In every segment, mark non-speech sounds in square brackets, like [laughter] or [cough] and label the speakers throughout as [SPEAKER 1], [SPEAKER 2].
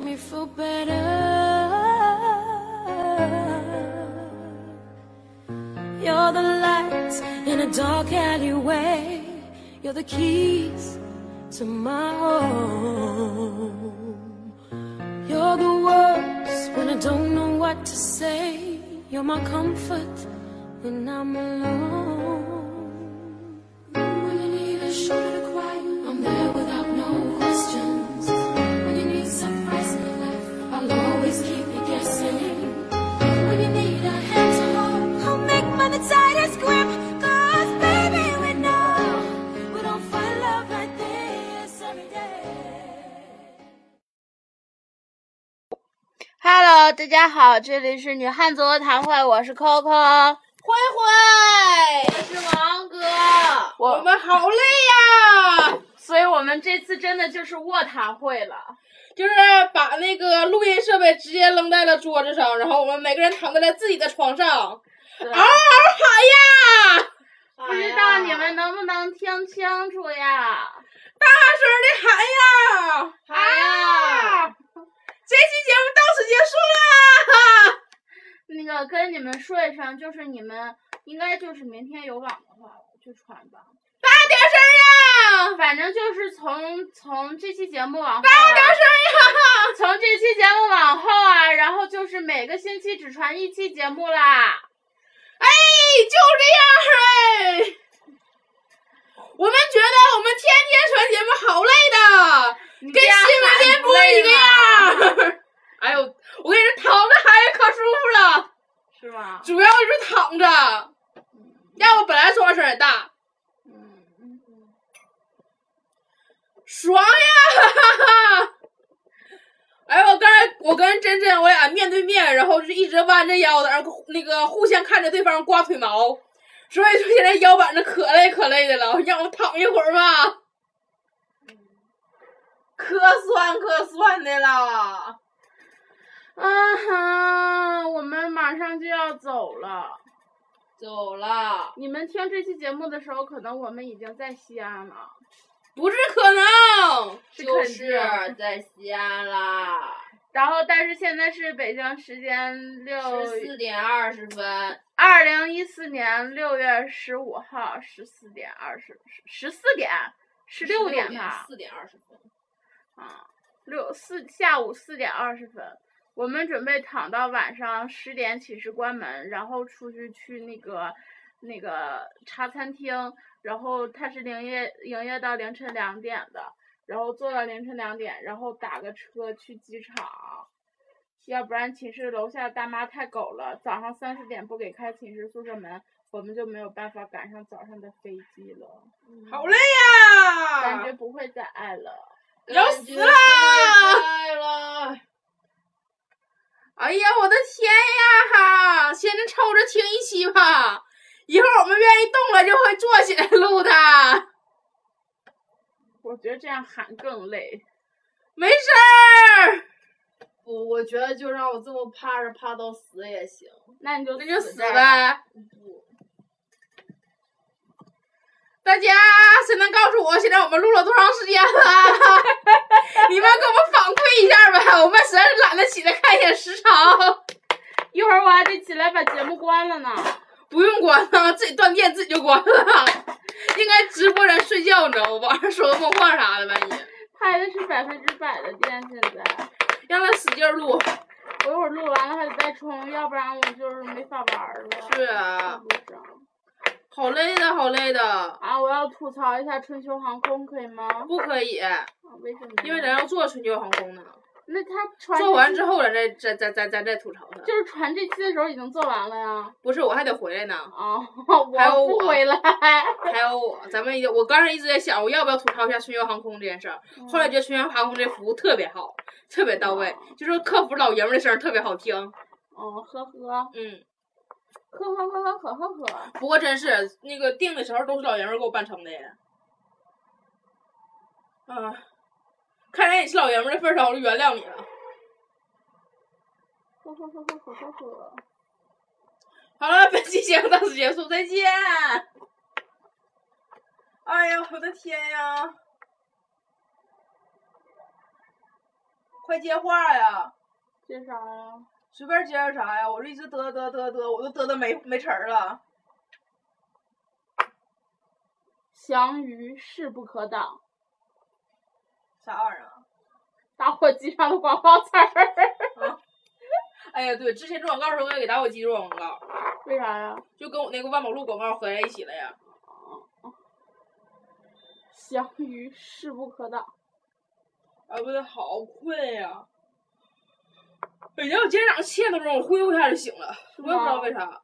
[SPEAKER 1] me feel better. You're the light in a dark alleyway. You're the keys to my home. You're the words when I don't know what to say. You're my comfort when I'm alone. When you need a shoulder to cry, I'm there without no questions. When you need surprise in life, I'll always keep you guessing. When you need a hand to hold, I'll make mother tightest grip. 'Cause baby, we know we don't find love like this every day.
[SPEAKER 2] Hello，大家好，这里是女汉子的堂会，我是 Coco，
[SPEAKER 3] 灰灰，
[SPEAKER 2] 我是王哥，
[SPEAKER 3] 我们好累呀、
[SPEAKER 2] 所以我们这次真的就是卧谈会了，
[SPEAKER 3] 就是把那个录音设备直接扔在了桌子上，然后我们每个人躺在了自己的床上，嗷
[SPEAKER 2] 对
[SPEAKER 3] 嗷喊呀，
[SPEAKER 2] 不知道你们能不能听清楚呀？
[SPEAKER 3] 大声的喊呀，
[SPEAKER 2] 喊呀
[SPEAKER 3] 啊！这期节目到此结
[SPEAKER 2] 那
[SPEAKER 3] 束啦，
[SPEAKER 2] 个跟你们说一声，就是你们应该就是明天有网的话就传吧，
[SPEAKER 3] 大点声啊呀，
[SPEAKER 2] 反正就是从从这期节目往后、
[SPEAKER 3] 大点
[SPEAKER 2] 啊，
[SPEAKER 3] 声
[SPEAKER 2] 从这期节目往后啊，然后就是每个星期只传一期节目啦。
[SPEAKER 3] 呀，哎，就这样哎。我们觉得我们天天传节目好累的，
[SPEAKER 2] 跟
[SPEAKER 3] 跟新闻联播一个
[SPEAKER 2] 啊
[SPEAKER 3] 样儿。哎呦，我跟你说，躺着还可舒服了，
[SPEAKER 2] 是吗？
[SPEAKER 3] 主要就是躺着。要不本来说话声也大，
[SPEAKER 2] 嗯，
[SPEAKER 3] 爽呀！哈哈哈。哎，我刚才我跟珍珍我俩面对面，然后就一直弯着腰的，然后那个互相看着对方刮腿毛，所以说现在腰板子可累可累的了，让我躺一会儿吧，可酸可酸的啦。
[SPEAKER 2] 啊哈，我们马上就要走了。
[SPEAKER 3] 走了。
[SPEAKER 2] 你们听这期节目的时候，可能我们已经在西安了。
[SPEAKER 3] 不是可能，
[SPEAKER 2] 是肯定
[SPEAKER 3] 在西安啦，
[SPEAKER 2] 然后，但是现在是北京时间六
[SPEAKER 3] 点二十分。
[SPEAKER 2] 二零一四年六月十五号十四点二十十四点十六点吧，
[SPEAKER 3] 四点二十分。
[SPEAKER 2] 啊，六四下午四点二十分，我们准备躺到晚上十点起时关门，然后出去去那个那个茶餐厅，然后它是营业营业到凌晨两点的，然后坐到凌晨两点，然后打个车去机场。要不然寝室楼下大妈太狗了，早上三十点不给开寝室宿舍门，我们就没有办法赶上早上的飞机了。
[SPEAKER 3] 好累呀、
[SPEAKER 2] 感觉不会再爱了。
[SPEAKER 3] 要死啦！哎呀，我的天呀哈！先抽着听一期吧，以后我们愿意动了就会坐起来录的。
[SPEAKER 2] 我觉得这样喊更累。
[SPEAKER 3] 没事儿，
[SPEAKER 4] 我我觉得就让我这么趴着趴到死也行。
[SPEAKER 2] 那你就
[SPEAKER 3] 那就死
[SPEAKER 2] 在吧。
[SPEAKER 3] 呗。
[SPEAKER 4] 不，
[SPEAKER 3] 大家谁能告诉我现在我们录了多长时间了？ [laughs] 你们给我们反馈一下呗，我们实在是懒得起来看一眼时长，
[SPEAKER 2] 一会儿我还得起来把节目关了呢。
[SPEAKER 3] 不用关了，自己断电自己就关了。应该直播咱睡觉，你知道吗？晚上说个梦话啥的，万一
[SPEAKER 2] 开的是百分之百的电，现在
[SPEAKER 3] 让他使劲录。
[SPEAKER 2] 我一会儿录完了还得再充，要不然我就是没法玩儿了。
[SPEAKER 3] 是啊
[SPEAKER 2] 路上
[SPEAKER 3] 好累的，好累的，
[SPEAKER 2] 啊，我要吐槽一下春秋航空，可以吗？
[SPEAKER 3] 不可以，
[SPEAKER 2] 啊为什么？
[SPEAKER 3] 因为咱要做春秋航空呢。
[SPEAKER 2] 那他传
[SPEAKER 3] 做完
[SPEAKER 2] 这期
[SPEAKER 3] 之后，咱再再再再再再吐槽他。
[SPEAKER 2] 就是传这期的时候已经做完了呀。
[SPEAKER 3] 不是，我还得回来呢。
[SPEAKER 2] 啊，
[SPEAKER 3] 还有
[SPEAKER 2] 我不
[SPEAKER 3] 我
[SPEAKER 2] 回来。
[SPEAKER 3] 还有我，咱们也我刚才一直在想，我要不要吐槽一下春秋航空这件事儿。后来觉得春秋航空这服务特别好，特别到位，就是客服老爷们儿的声儿特别好听。
[SPEAKER 2] 哦，呵呵
[SPEAKER 3] 嗯，
[SPEAKER 2] 呵呵呵呵呵呵呵。
[SPEAKER 3] 不过真是那个订的时候都是老爷们儿给我办成的。啊，看在你是老爷们儿的份儿上，我就原谅你了。
[SPEAKER 2] 呵呵呵呵呵呵呵。
[SPEAKER 3] 好了， [laughs] 本期节目到此结束，再见。哎呀，我的天呀！快快接话呀！
[SPEAKER 2] 接啥呀？
[SPEAKER 3] 随便接着啥呀？我这一直嘚嘚嘚嘚，我都嘚嘚没没词儿了。
[SPEAKER 2] 翔鱼势不可挡，
[SPEAKER 3] 啥玩意儿啊？
[SPEAKER 2] 打火机上的广告词儿。
[SPEAKER 3] 哎呀，对，之前做广告的时候我也给打火机做广告，
[SPEAKER 2] 为啥呀？
[SPEAKER 3] 就跟我那个万宝路广告合在一起了呀。
[SPEAKER 2] 翔鱼势不可挡。
[SPEAKER 3] 啊，不对，好困呀！北京我今天早上七点多钟，我忽悠一下就醒了，我也不知道为啥。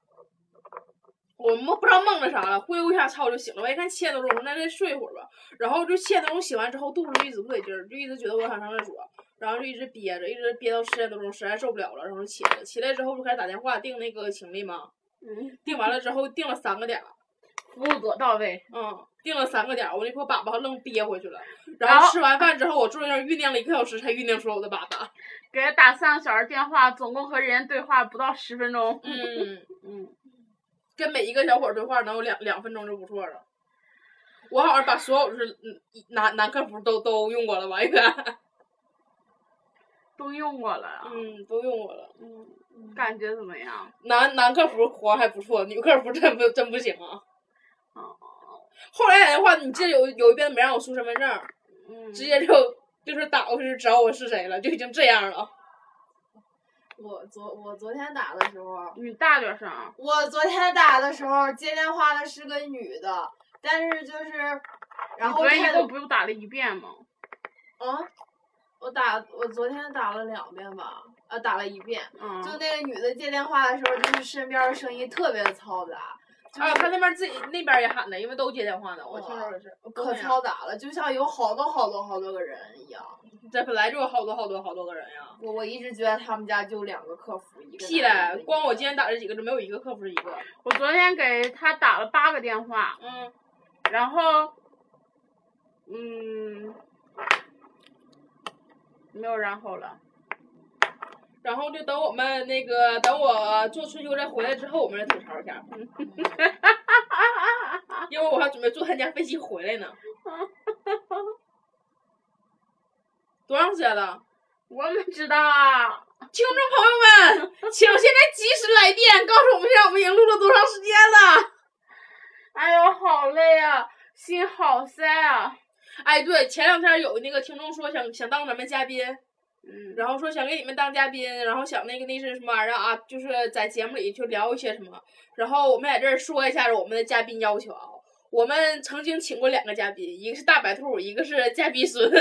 [SPEAKER 3] 我梦不知道梦着啥了，忽悠一下，操，我就醒了。我一看七点多钟，我说那再睡一会儿吧。然后就七点多钟醒完之后，肚子就一直不得劲儿，就一直觉得我想上厕所，然后就一直憋着，一直憋到十点多钟，实在受不了了，然后就起来了。起来之后就开始打电话订那个情侣嘛，
[SPEAKER 2] 嗯，
[SPEAKER 3] 订完了之后订了三个点儿，
[SPEAKER 2] 服务多到位。
[SPEAKER 3] 嗯，订了三个点儿，我那块粑粑愣憋回去了。然
[SPEAKER 2] 然
[SPEAKER 3] 后
[SPEAKER 2] 后
[SPEAKER 3] 吃完饭之后，我坐在那儿酝酿了一个小时，才酝酿出来我的粑粑。
[SPEAKER 2] 给他打三个小时电话，总共和人家对话不到十分
[SPEAKER 3] [laughs]
[SPEAKER 2] 钟。
[SPEAKER 3] 嗯，
[SPEAKER 2] 嗯，
[SPEAKER 3] 跟每一个小伙儿对话能有两两分钟就不错了。我好像把所有就是嗯一男男客服都都用过了吧，应该，
[SPEAKER 5] 啊
[SPEAKER 2] 都用过了啊。
[SPEAKER 3] 嗯，都用过了。
[SPEAKER 2] 嗯，感觉怎么样？
[SPEAKER 3] 男男客服活还不错，女客服真不真不行啊。
[SPEAKER 2] 哦
[SPEAKER 3] 后来打电话，你记得有有一遍没让我输身份证儿，
[SPEAKER 2] 嗯，
[SPEAKER 3] 直接就就是打过去就知道我是谁了，就已经这样了。
[SPEAKER 5] 我昨我昨天打的时候，
[SPEAKER 2] 你大点声啊。
[SPEAKER 5] 我昨天打的时候接电话的是个女的，但是就是，然后
[SPEAKER 2] 你昨天一
[SPEAKER 5] 她
[SPEAKER 2] 共不就打了一遍吗？
[SPEAKER 5] 啊，我
[SPEAKER 3] 啊
[SPEAKER 5] 打我昨天打了两遍吧，啊，打了一遍。
[SPEAKER 2] 嗯。
[SPEAKER 5] 就那个女的接电话的时候，就是身边的声音特别嘈杂，就
[SPEAKER 3] 啊，
[SPEAKER 5] 是
[SPEAKER 3] 他那边自己那边也喊的，因为都接电话呢，我听着也是。
[SPEAKER 5] 可嘈杂了，就像有好多好多好多个人一样。
[SPEAKER 3] 这本来就有好多好多好多个人呀、
[SPEAKER 5] 我我一直觉得他们家就两个客服，一个
[SPEAKER 3] 屁
[SPEAKER 5] 男
[SPEAKER 3] 嘞
[SPEAKER 5] 的！
[SPEAKER 3] 光我今天打这几个就没有一个客服是一个。
[SPEAKER 2] 我昨天给他打了八个电话，
[SPEAKER 3] 嗯，
[SPEAKER 2] 然后，嗯，没有然后了。
[SPEAKER 3] 然后就等我们那个等我做春秋再回来之后，我们再吐槽一下。 [laughs] 因为我还准备坐他家飞机回来呢。 [laughs] 多长时间了？
[SPEAKER 2] 我们知道啊，
[SPEAKER 3] 听众朋友们，请现在及时来电，告诉我们现在我们已经录了多长时间了。
[SPEAKER 2] 哎呦，好累啊，心好塞啊。
[SPEAKER 3] 哎，对，前两天有那个听众说想想当咱们嘉宾，
[SPEAKER 2] 嗯，
[SPEAKER 3] 然后说想给你们当嘉宾，然后想那个那是什么玩意儿啊？就是在节目里就聊一些什么。然后我们在这儿说一下我们的嘉宾要求啊。我们曾经请过两个嘉宾，一个是大白兔，一个是嘉宾孙。 [laughs]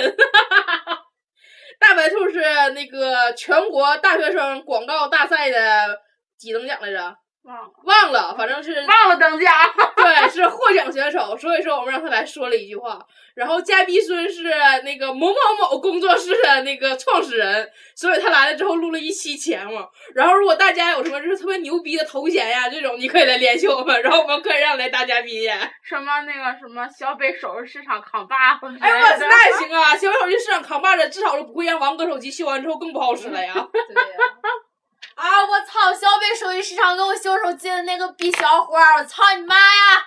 [SPEAKER 3] 大白兔是那个全国大学生广告大赛的几等奖来着？
[SPEAKER 2] 忘了
[SPEAKER 3] 忘了，反正是
[SPEAKER 2] 忘了等奖。啊
[SPEAKER 3] [laughs] 对，是获奖选手，所以说我们让他来说了一句话。然后嘉宾孙是那个某某某工作室的那个创始人，所以他来了之后录了一期节目。然后如果大家有什么就是特别牛逼的头衔呀这种，你可以来联系我们，然后我们可以让你来当嘉宾呀。
[SPEAKER 2] [laughs] 什么那个什么小北首饰市场扛把子之类的。
[SPEAKER 3] 哎我操，那也行啊！小手机市场扛把子，至少就不会让王哥手机修完之后更不好使了呀。
[SPEAKER 5] 对呀、啊。我操！小北手艺市场给我修手机的那个逼小伙儿，我操你妈呀！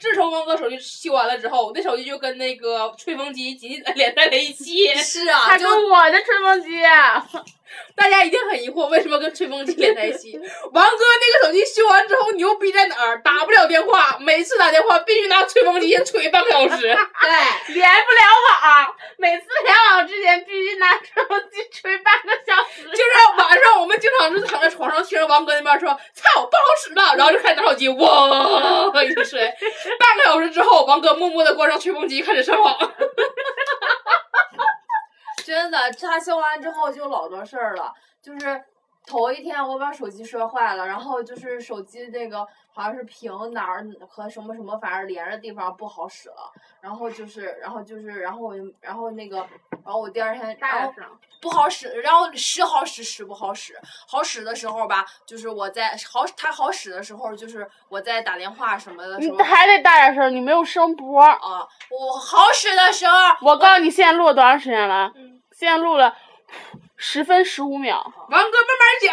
[SPEAKER 3] 自从王哥手机修完了之后，我那手机就跟那个吹风机紧紧的连在了一起。
[SPEAKER 5] 是啊，
[SPEAKER 2] 还
[SPEAKER 5] 就
[SPEAKER 2] 跟我的吹风机。
[SPEAKER 3] 大家一定很疑惑，为什么跟吹风机连在一
[SPEAKER 5] [laughs]
[SPEAKER 3] 起？王哥那个手机修完之后牛逼在哪儿？打不了电话，每次打电话必须拿吹风机先吹半个小时。
[SPEAKER 5] [laughs] 对。
[SPEAKER 2] 连不了网，每次联网之前必须拿吹风机吹半个小时。
[SPEAKER 3] 就是晚上我们经常是躺在床上听着王哥那边说“操，不好使了”，然后就开始拿手机哇一直
[SPEAKER 5] [laughs]
[SPEAKER 3] 吹。半个小时之后，王哥默默的关上吹风机，开始上网。
[SPEAKER 5] 真的，他修完之后就老多事儿了，就是头一天我把手机摔坏了，然后就是手机那个好像是屏哪儿和什么什么，反正连着地方不好使了，然后就是，然后就是，然后我就，然后那个，然后我第二天，然后
[SPEAKER 2] 声，
[SPEAKER 5] 不好使，然后时好使时不好使。好使的时候吧，就是我在好它好使的时候，就是我在打电话什么的什么
[SPEAKER 2] 还得大点声，你没有声波。
[SPEAKER 5] 啊，我好使的时候，
[SPEAKER 2] 我告诉你，现在录了多长时间了？现在录了十分十五秒。
[SPEAKER 5] 哦
[SPEAKER 3] 王哥慢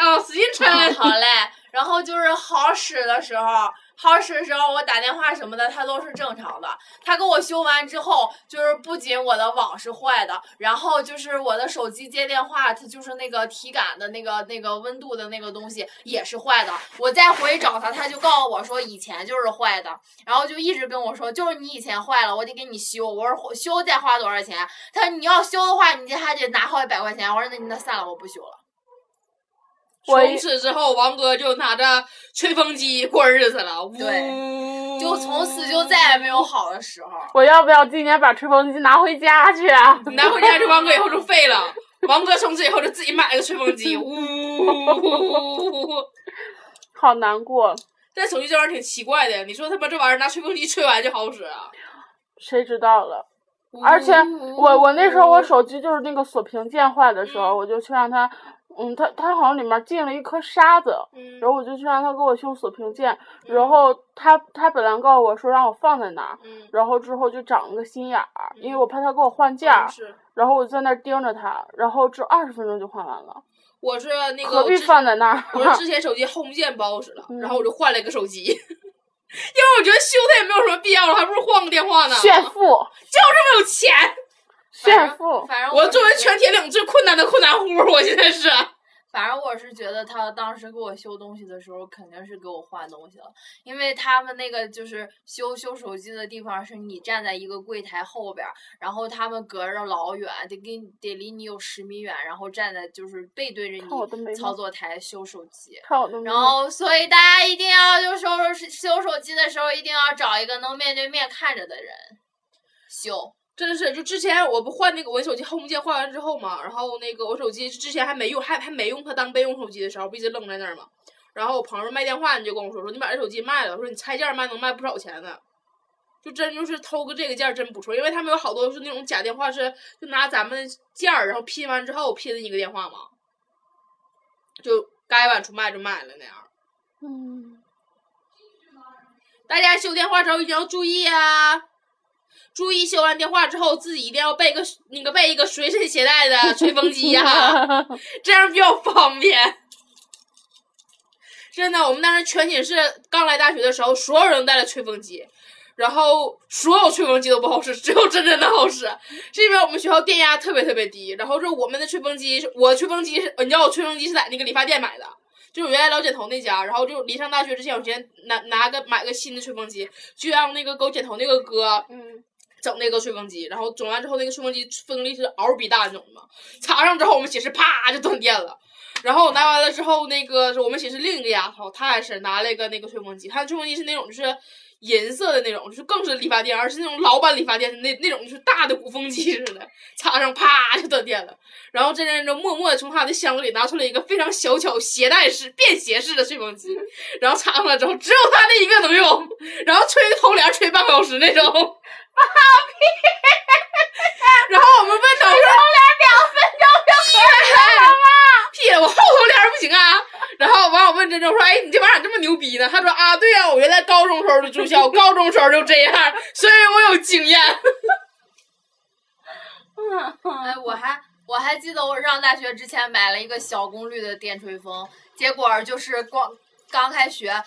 [SPEAKER 3] 慢讲，使劲抻。
[SPEAKER 5] 好嘞。然后就是好使的时候，好使的时候我打电话什么的，它都是正常的。他给我修完之后，就是不仅我的网是坏的，然后就是我的手机接电话，它就是那个体感的那个那个温度的那个东西也是坏的。我再回去找他，他就告诉我说以前就是坏的，然后就一直跟我说就是你以前坏了，我得给你修。我说修得花多少钱？他说你要修的话，你这还得拿好几百块钱。我说那那算了，我不修了。
[SPEAKER 3] 从
[SPEAKER 6] 我
[SPEAKER 3] 此之后，王哥就拿着吹风机过日子了。嗯
[SPEAKER 5] 对就从此就
[SPEAKER 6] [laughs]
[SPEAKER 5] 再也没有好的时候。
[SPEAKER 6] 我要不要今年把吹风机拿回家去啊？
[SPEAKER 2] [laughs]
[SPEAKER 3] 你拿回家这王哥以后就废了。王哥从此以后就自己买了个吹风
[SPEAKER 6] [laughs]
[SPEAKER 3] 机，呜。
[SPEAKER 6] 好难过，
[SPEAKER 3] 但手机这玩意儿挺奇怪的，你说他妈这玩意儿拿吹风机吹完就好使啊？
[SPEAKER 6] 谁知道了？而且
[SPEAKER 3] 嗯
[SPEAKER 6] 我我那时候我手机就是那个锁屏键坏的时候，我就去让他，嗯，他他好像里面进了一颗沙子，
[SPEAKER 3] 嗯
[SPEAKER 6] 然后我就去让他给我修锁屏键，然后他他本来告诉我说让我放在那儿，
[SPEAKER 3] 嗯
[SPEAKER 6] 然后之后就长了个心眼儿，因为我怕他给我换件儿，
[SPEAKER 3] 是，
[SPEAKER 6] 然后我在那儿盯着他，然后这二十分钟就换完了，
[SPEAKER 3] 我是那个
[SPEAKER 6] 何
[SPEAKER 3] 我
[SPEAKER 6] 必
[SPEAKER 3] 之
[SPEAKER 6] 放在那儿？
[SPEAKER 3] 我
[SPEAKER 6] [laughs]
[SPEAKER 3] 是之前手机 home 键不好使了，
[SPEAKER 6] 嗯
[SPEAKER 3] 然后我就换了一个手机， [laughs] 因为我觉得修它也没有什么必要了，还不如换个电话呢。
[SPEAKER 6] 炫富，
[SPEAKER 3] 这么有钱，
[SPEAKER 6] 炫富，
[SPEAKER 5] 反
[SPEAKER 3] [laughs]
[SPEAKER 5] 正
[SPEAKER 3] 我
[SPEAKER 5] 是
[SPEAKER 3] 作为
[SPEAKER 5] 觉
[SPEAKER 3] 全铁岭最困难的困难户，我现在是。 [laughs]
[SPEAKER 5] 反正我是觉得他当时给我修东西的时候，肯定是给我换东西了，因为他们那个就是修修手机的地方，是你站在一个柜台后边儿，然后他们隔着老远，得给你得离你有十米远，然后站在就是背对着
[SPEAKER 6] 看嗯我的眉
[SPEAKER 5] 你
[SPEAKER 6] 毛
[SPEAKER 5] 操作台修手机。
[SPEAKER 6] 看我的眉
[SPEAKER 5] 然
[SPEAKER 6] 毛，
[SPEAKER 5] 后，所以大家一定要就收收修手机的时候，一定要找一个能面对面看着的人修。
[SPEAKER 3] 真的是，就之前我不换那个我手机 home 键换完之后嘛，然后那个我手机之前还没用，还还没用它当备用手机的时候，不一直扔在那儿嘛。然后我朋友卖电话，你就跟我说说你把这手机卖了，我说你拆件儿卖能卖不少钱呢。就真就是偷个这个件儿真不错，因为他们有好多是那种假电话，是就拿咱们件儿，然后拼完之后拼一个电话嘛，就该往出卖就卖了那样。
[SPEAKER 6] 嗯，
[SPEAKER 3] 大家修电话时候一定要注意啊！注意修完电话之后，自己一定要备个那个备一个随身携带的吹风机呀、这样比较方便。真的，我们当时全寝室刚来大学的时候，所有人都带了吹风机，然后所有吹风机都不好使， [laughs] 只有真真的好使，是因为我们学校电压特别特别低。然后这我们的吹风机是，我吹风机是，你知道我吹风机是在那个理发店买的，就是我原来老剪头那家，然后就离上大学之前，我先拿拿个买个新的吹风机，就让那个给我剪头那个哥，
[SPEAKER 6] 嗯，
[SPEAKER 3] 整那个吹风机，然后整完之后，那个吹风机风力是嗷逼大那种的嘛，插上之后，我们寝室啪就断电了。然后我拿完了之后，那个是我们寝室另一个丫头，她也是拿了一个那个吹风机，她的吹风机是那种就是银色的那种，就是更是理发店，而是那种老版理发店的那那种就是大的鼓风机似的，插上啪就断电了。然后这人就默默的从他的箱子里拿出了一个非常小巧携带式、便携式的吹风
[SPEAKER 5] 嗯
[SPEAKER 3] 机， [laughs] 然后插上了之后，只有他那一个能用，然后吹头帘吹半个小时那种。然后我们问导师， [laughs] 屁了，我后头帘儿不行啊。然后完，我问珍珍我说：“哎，你这玩意儿咋这么牛逼呢？”她说：“啊，对呀、我原来高中时候就住校，高中时候就这样，所以我有经
[SPEAKER 5] [laughs]
[SPEAKER 3] 验。
[SPEAKER 5] 哎，我还我还记得我上大学之前买了一个小功率的电吹风，结果儿就是光刚开学。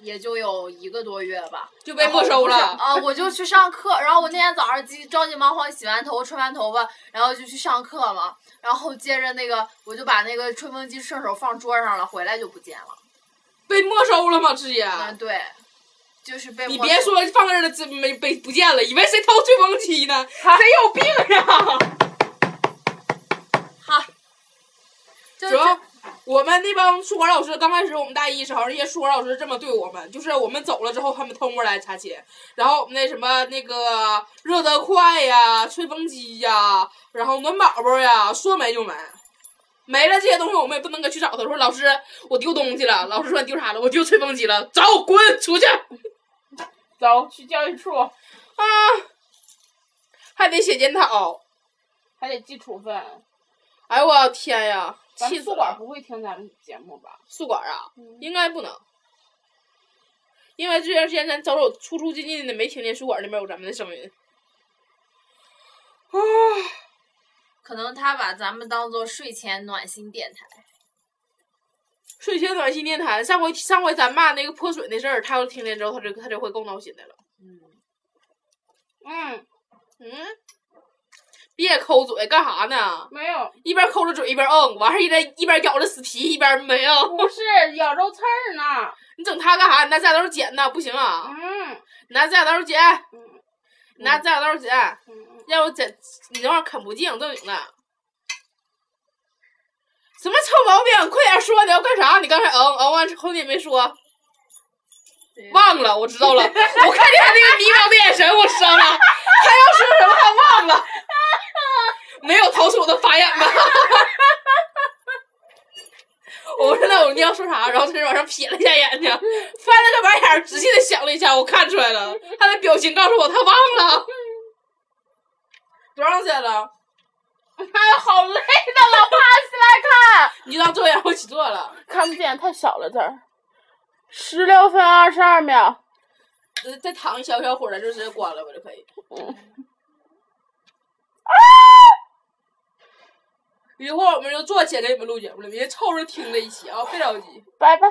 [SPEAKER 5] 也就有一个多月吧，”
[SPEAKER 3] 就被没收了。
[SPEAKER 5] 啊、我就去上课，然后我那天早上急着急忙慌洗完头、吹完头发，然后就去上课嘛，然后接着那个我就把那个吹风机顺手放桌上了，回来就不见了。
[SPEAKER 3] 被没收了吗？直接，
[SPEAKER 5] 嗯，对，就是被
[SPEAKER 3] 你
[SPEAKER 5] 没
[SPEAKER 3] 别
[SPEAKER 5] 收
[SPEAKER 3] 说放那儿了，真没被不见了，以为谁偷吹风机呢？谁有病啊？
[SPEAKER 5] 好，就
[SPEAKER 3] 主
[SPEAKER 5] 是
[SPEAKER 3] 要我们那帮数管老师，刚开始我们大一时候，那些数管老师这么对我们，就是我们走了之后，他们偷摸来查寝，然后我们那什么那个热得快呀、吹风机呀，然后暖宝宝呀，说没就没。没了这些东西，我们也不能搁去找他。说老师，我丢东西了。老师说你丢啥了？我丢吹风机了。走，滚出去！
[SPEAKER 6] 走去教育处，
[SPEAKER 3] 啊，还得写检讨。
[SPEAKER 6] 还得记处分。
[SPEAKER 3] 哎呦我天呀，
[SPEAKER 6] 咱
[SPEAKER 3] 气
[SPEAKER 6] 们
[SPEAKER 3] 死
[SPEAKER 6] 宿
[SPEAKER 3] 我
[SPEAKER 6] 管
[SPEAKER 3] 了！
[SPEAKER 6] 不会听咱们节目吧？
[SPEAKER 3] 宿管啊，
[SPEAKER 6] 嗯
[SPEAKER 3] 应该不能，因为这段时间咱走走出出进进的，没听见书馆那边有咱们的声音。啊，
[SPEAKER 5] 可能他把咱们当做睡前暖心电台。
[SPEAKER 3] 睡前暖心电台，上回上回咱骂那个泼水那事儿，他要听见之后，他就他就会更闹心的了。嗯，嗯嗯，别抠嘴干啥呢？
[SPEAKER 7] 没有，
[SPEAKER 3] 一边抠着嘴一边嗯，完事儿一边一边咬着死皮一边
[SPEAKER 2] [laughs]
[SPEAKER 3] 没有。
[SPEAKER 7] 不是咬肉刺儿呢。
[SPEAKER 3] 你整它干啥？你拿指甲刀剪呐，不行啊！
[SPEAKER 7] 嗯
[SPEAKER 3] 你拿指甲刀剪，你拿指甲刀剪，
[SPEAKER 7] 嗯，
[SPEAKER 3] 要不剪你这玩意儿啃不净，正经的。什么臭毛病？快点说你要干啥？你刚才嗯嗯完后你也没说。忘了，我知道了。我看见他那个迷茫的眼神，我知道了。他要说什么，他忘了。没有逃出我的法眼吧？ [laughs] 我不知道我你要说啥，然后他就往上瞥了一下眼睛，翻了个白眼儿，仔细的想了一下，我看出来了，他的表情告诉我他忘了。多长时间了？
[SPEAKER 7] 哎呀，好累的了，爬起来看。
[SPEAKER 3] [laughs] 你就当做仰卧起坐了。
[SPEAKER 2] 看不见，太小了字儿。十六分二十二秒，
[SPEAKER 3] 呃再再躺一小小会儿，咱就直接关了吧，就可以。
[SPEAKER 7] 嗯啊
[SPEAKER 3] 一会儿我们就坐起来给你们录节目了，别凑着听在一起
[SPEAKER 7] [laughs]
[SPEAKER 3] 啊，别着急。
[SPEAKER 2] 拜拜。
[SPEAKER 7] 啊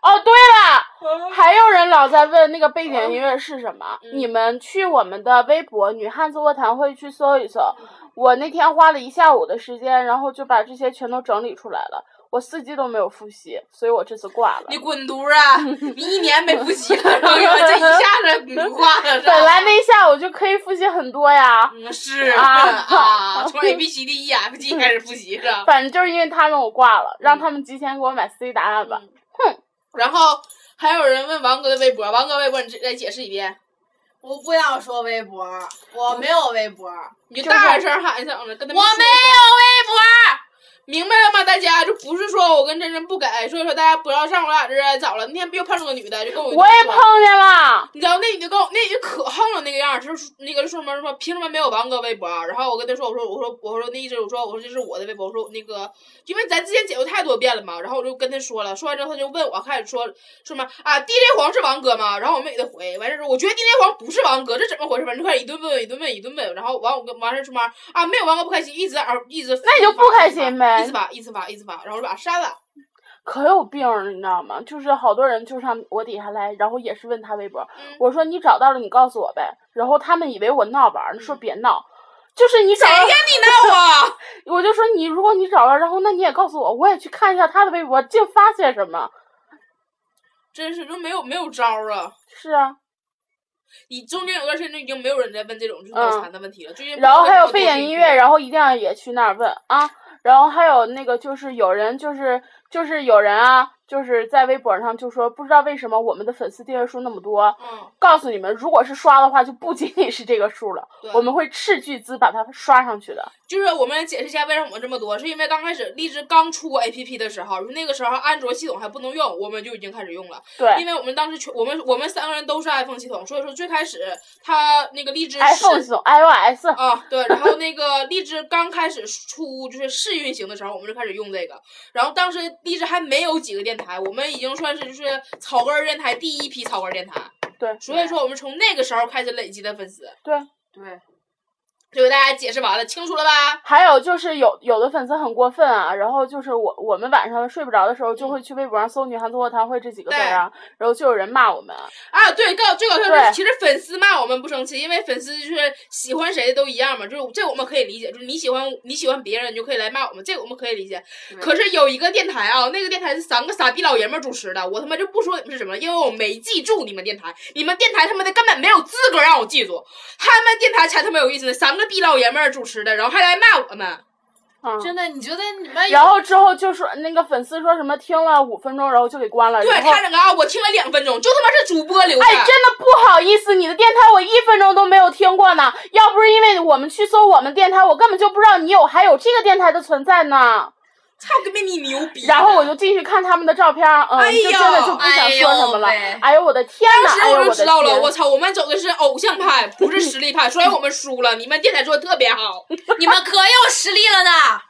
[SPEAKER 2] 哦，对了，还有人老在问那个背景音乐是什么，你们去我们的微博“女汉子卧谈会”去搜一搜。我那天花了一下午的时间，然后就把这些全都整理出来了。我四季都没有复习，所以我这次挂了
[SPEAKER 3] 你。滚犊儿啊！你一年没复习
[SPEAKER 7] [laughs]
[SPEAKER 3] 了，然后你把这一下子你挂了是吧？
[SPEAKER 2] 本来那一下午就可以复习很多呀，
[SPEAKER 3] 嗯是
[SPEAKER 2] 啊
[SPEAKER 3] 啊，从 A B C D E F G 开始复习是吧？
[SPEAKER 2] 反正就是因为他们我挂了，让他们提前给我买 C 答案吧。
[SPEAKER 3] 然后还有人问王哥的微博，王哥微博你再解释一遍，
[SPEAKER 5] 我不想说微博，我没有微博，我
[SPEAKER 3] 你就大点声喊一声跟他们说
[SPEAKER 5] 没有
[SPEAKER 3] 明白了吗？大家就不是说我跟真真不给，所以说大家不要上我俩这儿找了。那天不又碰上个女的，就跟我
[SPEAKER 2] 我也碰见了，
[SPEAKER 3] 你知道那女的跟我那女的可横了那个样儿，就是那个说什么什么凭什么没有王哥微博啊？然后我跟她说我说我说我说那意思我说我说这是我的微博，我说那个因为咱之前解释太多遍了嘛，然后我就跟她说了，说完之后她就问我开始说说什么啊 DJ 黄是王哥吗？然后我没给她回，完事儿之后我觉得 DJ 黄不是王哥，这怎么回事？反正就开始一顿问一顿问一顿问，然后完我跟完事儿什么啊没有王哥不开心，一直在那儿一直
[SPEAKER 2] 那你就不开心呗
[SPEAKER 3] 一直发一直发一直发，然后我就把她删了。
[SPEAKER 2] 可有病了，你知道吗？就是好多人就上我底下来，然后也是问他微博，
[SPEAKER 3] 嗯
[SPEAKER 2] 我说你找到了你告诉我呗，然后他们以为我闹玩儿呢，说别闹。就是你找
[SPEAKER 3] 嗯谁
[SPEAKER 2] 到，
[SPEAKER 3] 跟你闹啊？
[SPEAKER 2] 我就说你，如果你找到，然后那你也告诉我，我也去看一下他的微博，净发些什么？
[SPEAKER 3] 真是就没有没有招儿啊！
[SPEAKER 2] 是啊，
[SPEAKER 3] 你中间有段时间就已经没有人在问这种就是脑残的问题了，最近
[SPEAKER 2] 嗯然后还有
[SPEAKER 3] 不知道为什么
[SPEAKER 2] 背景音乐，
[SPEAKER 3] 多了一个
[SPEAKER 2] 然后一定要也去那儿问啊。然后还有那个就是有人就是就是有人啊，就是在微博上就说不知道为什么我们的粉丝订阅数那么多。
[SPEAKER 3] 嗯，
[SPEAKER 2] 告诉你们，如果是刷的话，就不仅仅是这个数了，
[SPEAKER 3] 对
[SPEAKER 2] 我们会斥巨资把它刷上去的。
[SPEAKER 3] 就是我们解释一下为什么我们这么多，是因为刚开始荔枝刚出过 APP 的时候，那个时候安卓系统还不能用，我们就已经开始用了。
[SPEAKER 2] 对
[SPEAKER 3] 因为我们当时全我们我们三个人都是 iPhone 系统，所以说最开始它那个荔枝是
[SPEAKER 2] ，iPhone 系统 iOS，
[SPEAKER 3] 啊，对，然后那个荔枝刚开始出就是试运行的时候，我们就开始用这个。然后当时荔枝还没有几个电台，我们已经算是就是草根儿电台第一批草根儿电台。
[SPEAKER 2] 对
[SPEAKER 3] 所以说我们从那个时候开始累积的粉丝。
[SPEAKER 2] 对。
[SPEAKER 8] 对，
[SPEAKER 3] 就给大家解释完了，清楚了吧？
[SPEAKER 2] 还有就是有有的粉丝很过分啊，然后就是我我们晚上睡不着的时候，
[SPEAKER 3] 嗯
[SPEAKER 2] 就会去微博上搜“女汉子卧谈会”这几个字儿啊，然后就有人骂我们，
[SPEAKER 3] 啊，对，告最搞笑的
[SPEAKER 2] 对
[SPEAKER 3] 是，其实粉丝骂我们不生气，因为粉丝就是喜欢谁都一样嘛，就是这我们可以理解，就是你喜欢你喜欢别人，你就可以来骂我们，这个我们可以理解。可是有一个电台啊，那个电台是三个傻逼老爷们儿主持的，我他妈就不说你们是什么了，因为我没记住你们电台，你们电台他妈的根本没有资格让我记住，他们电台才他妈有意思呢，三个逼老爷们儿主持的，然后还来骂我们。
[SPEAKER 2] 嗯，
[SPEAKER 5] 微博，真的，你觉得你们有
[SPEAKER 2] 然后之后就说那个粉丝说什么听了五分钟，然后就给关了，
[SPEAKER 3] 对
[SPEAKER 2] 然后
[SPEAKER 3] 他。整个啊，我听了两分钟，就他妈是主播留的。
[SPEAKER 2] 哎，真的不好意思，你的电台我一分钟都没有听过呢。要不是因为我们去搜我们电台，我根本就不知道你有还有这个电台的存在呢。
[SPEAKER 3] 操他妈你牛逼！啊
[SPEAKER 2] 然后我就继续看他们的照片，嗯，
[SPEAKER 3] 哎
[SPEAKER 2] 就
[SPEAKER 3] 呦
[SPEAKER 2] 真的就不想说什么了。
[SPEAKER 5] 哎呦喂
[SPEAKER 2] 哎呦我的天呐！
[SPEAKER 3] 当时
[SPEAKER 2] 哎呦
[SPEAKER 3] 我
[SPEAKER 2] 我
[SPEAKER 3] 就
[SPEAKER 2] 的
[SPEAKER 3] 知道了，
[SPEAKER 2] 天
[SPEAKER 3] 我操，我们走的是偶像派，不是实力派，所以我们输了。你们电台做的特别好，
[SPEAKER 5] 你们可有实力了呢？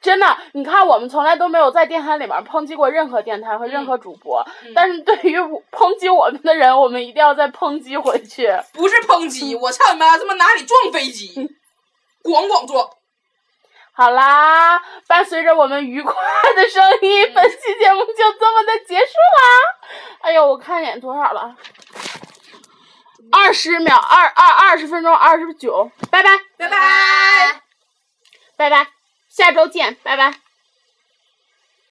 [SPEAKER 2] 真的，你看我们从来都没有在电台里面抨击过任何电台和任何主播，
[SPEAKER 3] 嗯
[SPEAKER 2] 但是对于我抨击我们的人，我们一定要再抨击回去。 [laughs]
[SPEAKER 3] 不是抨击，我操你妈，他妈拿你撞飞机，咣咣撞。
[SPEAKER 2] 好啦，伴随着我们愉快的声音，本期节目就这么的结束啦。哎呦，我看一眼多少了，二十秒，二二二十分钟，二十九，拜拜，
[SPEAKER 5] 拜拜。
[SPEAKER 2] 拜拜，下周见，拜拜。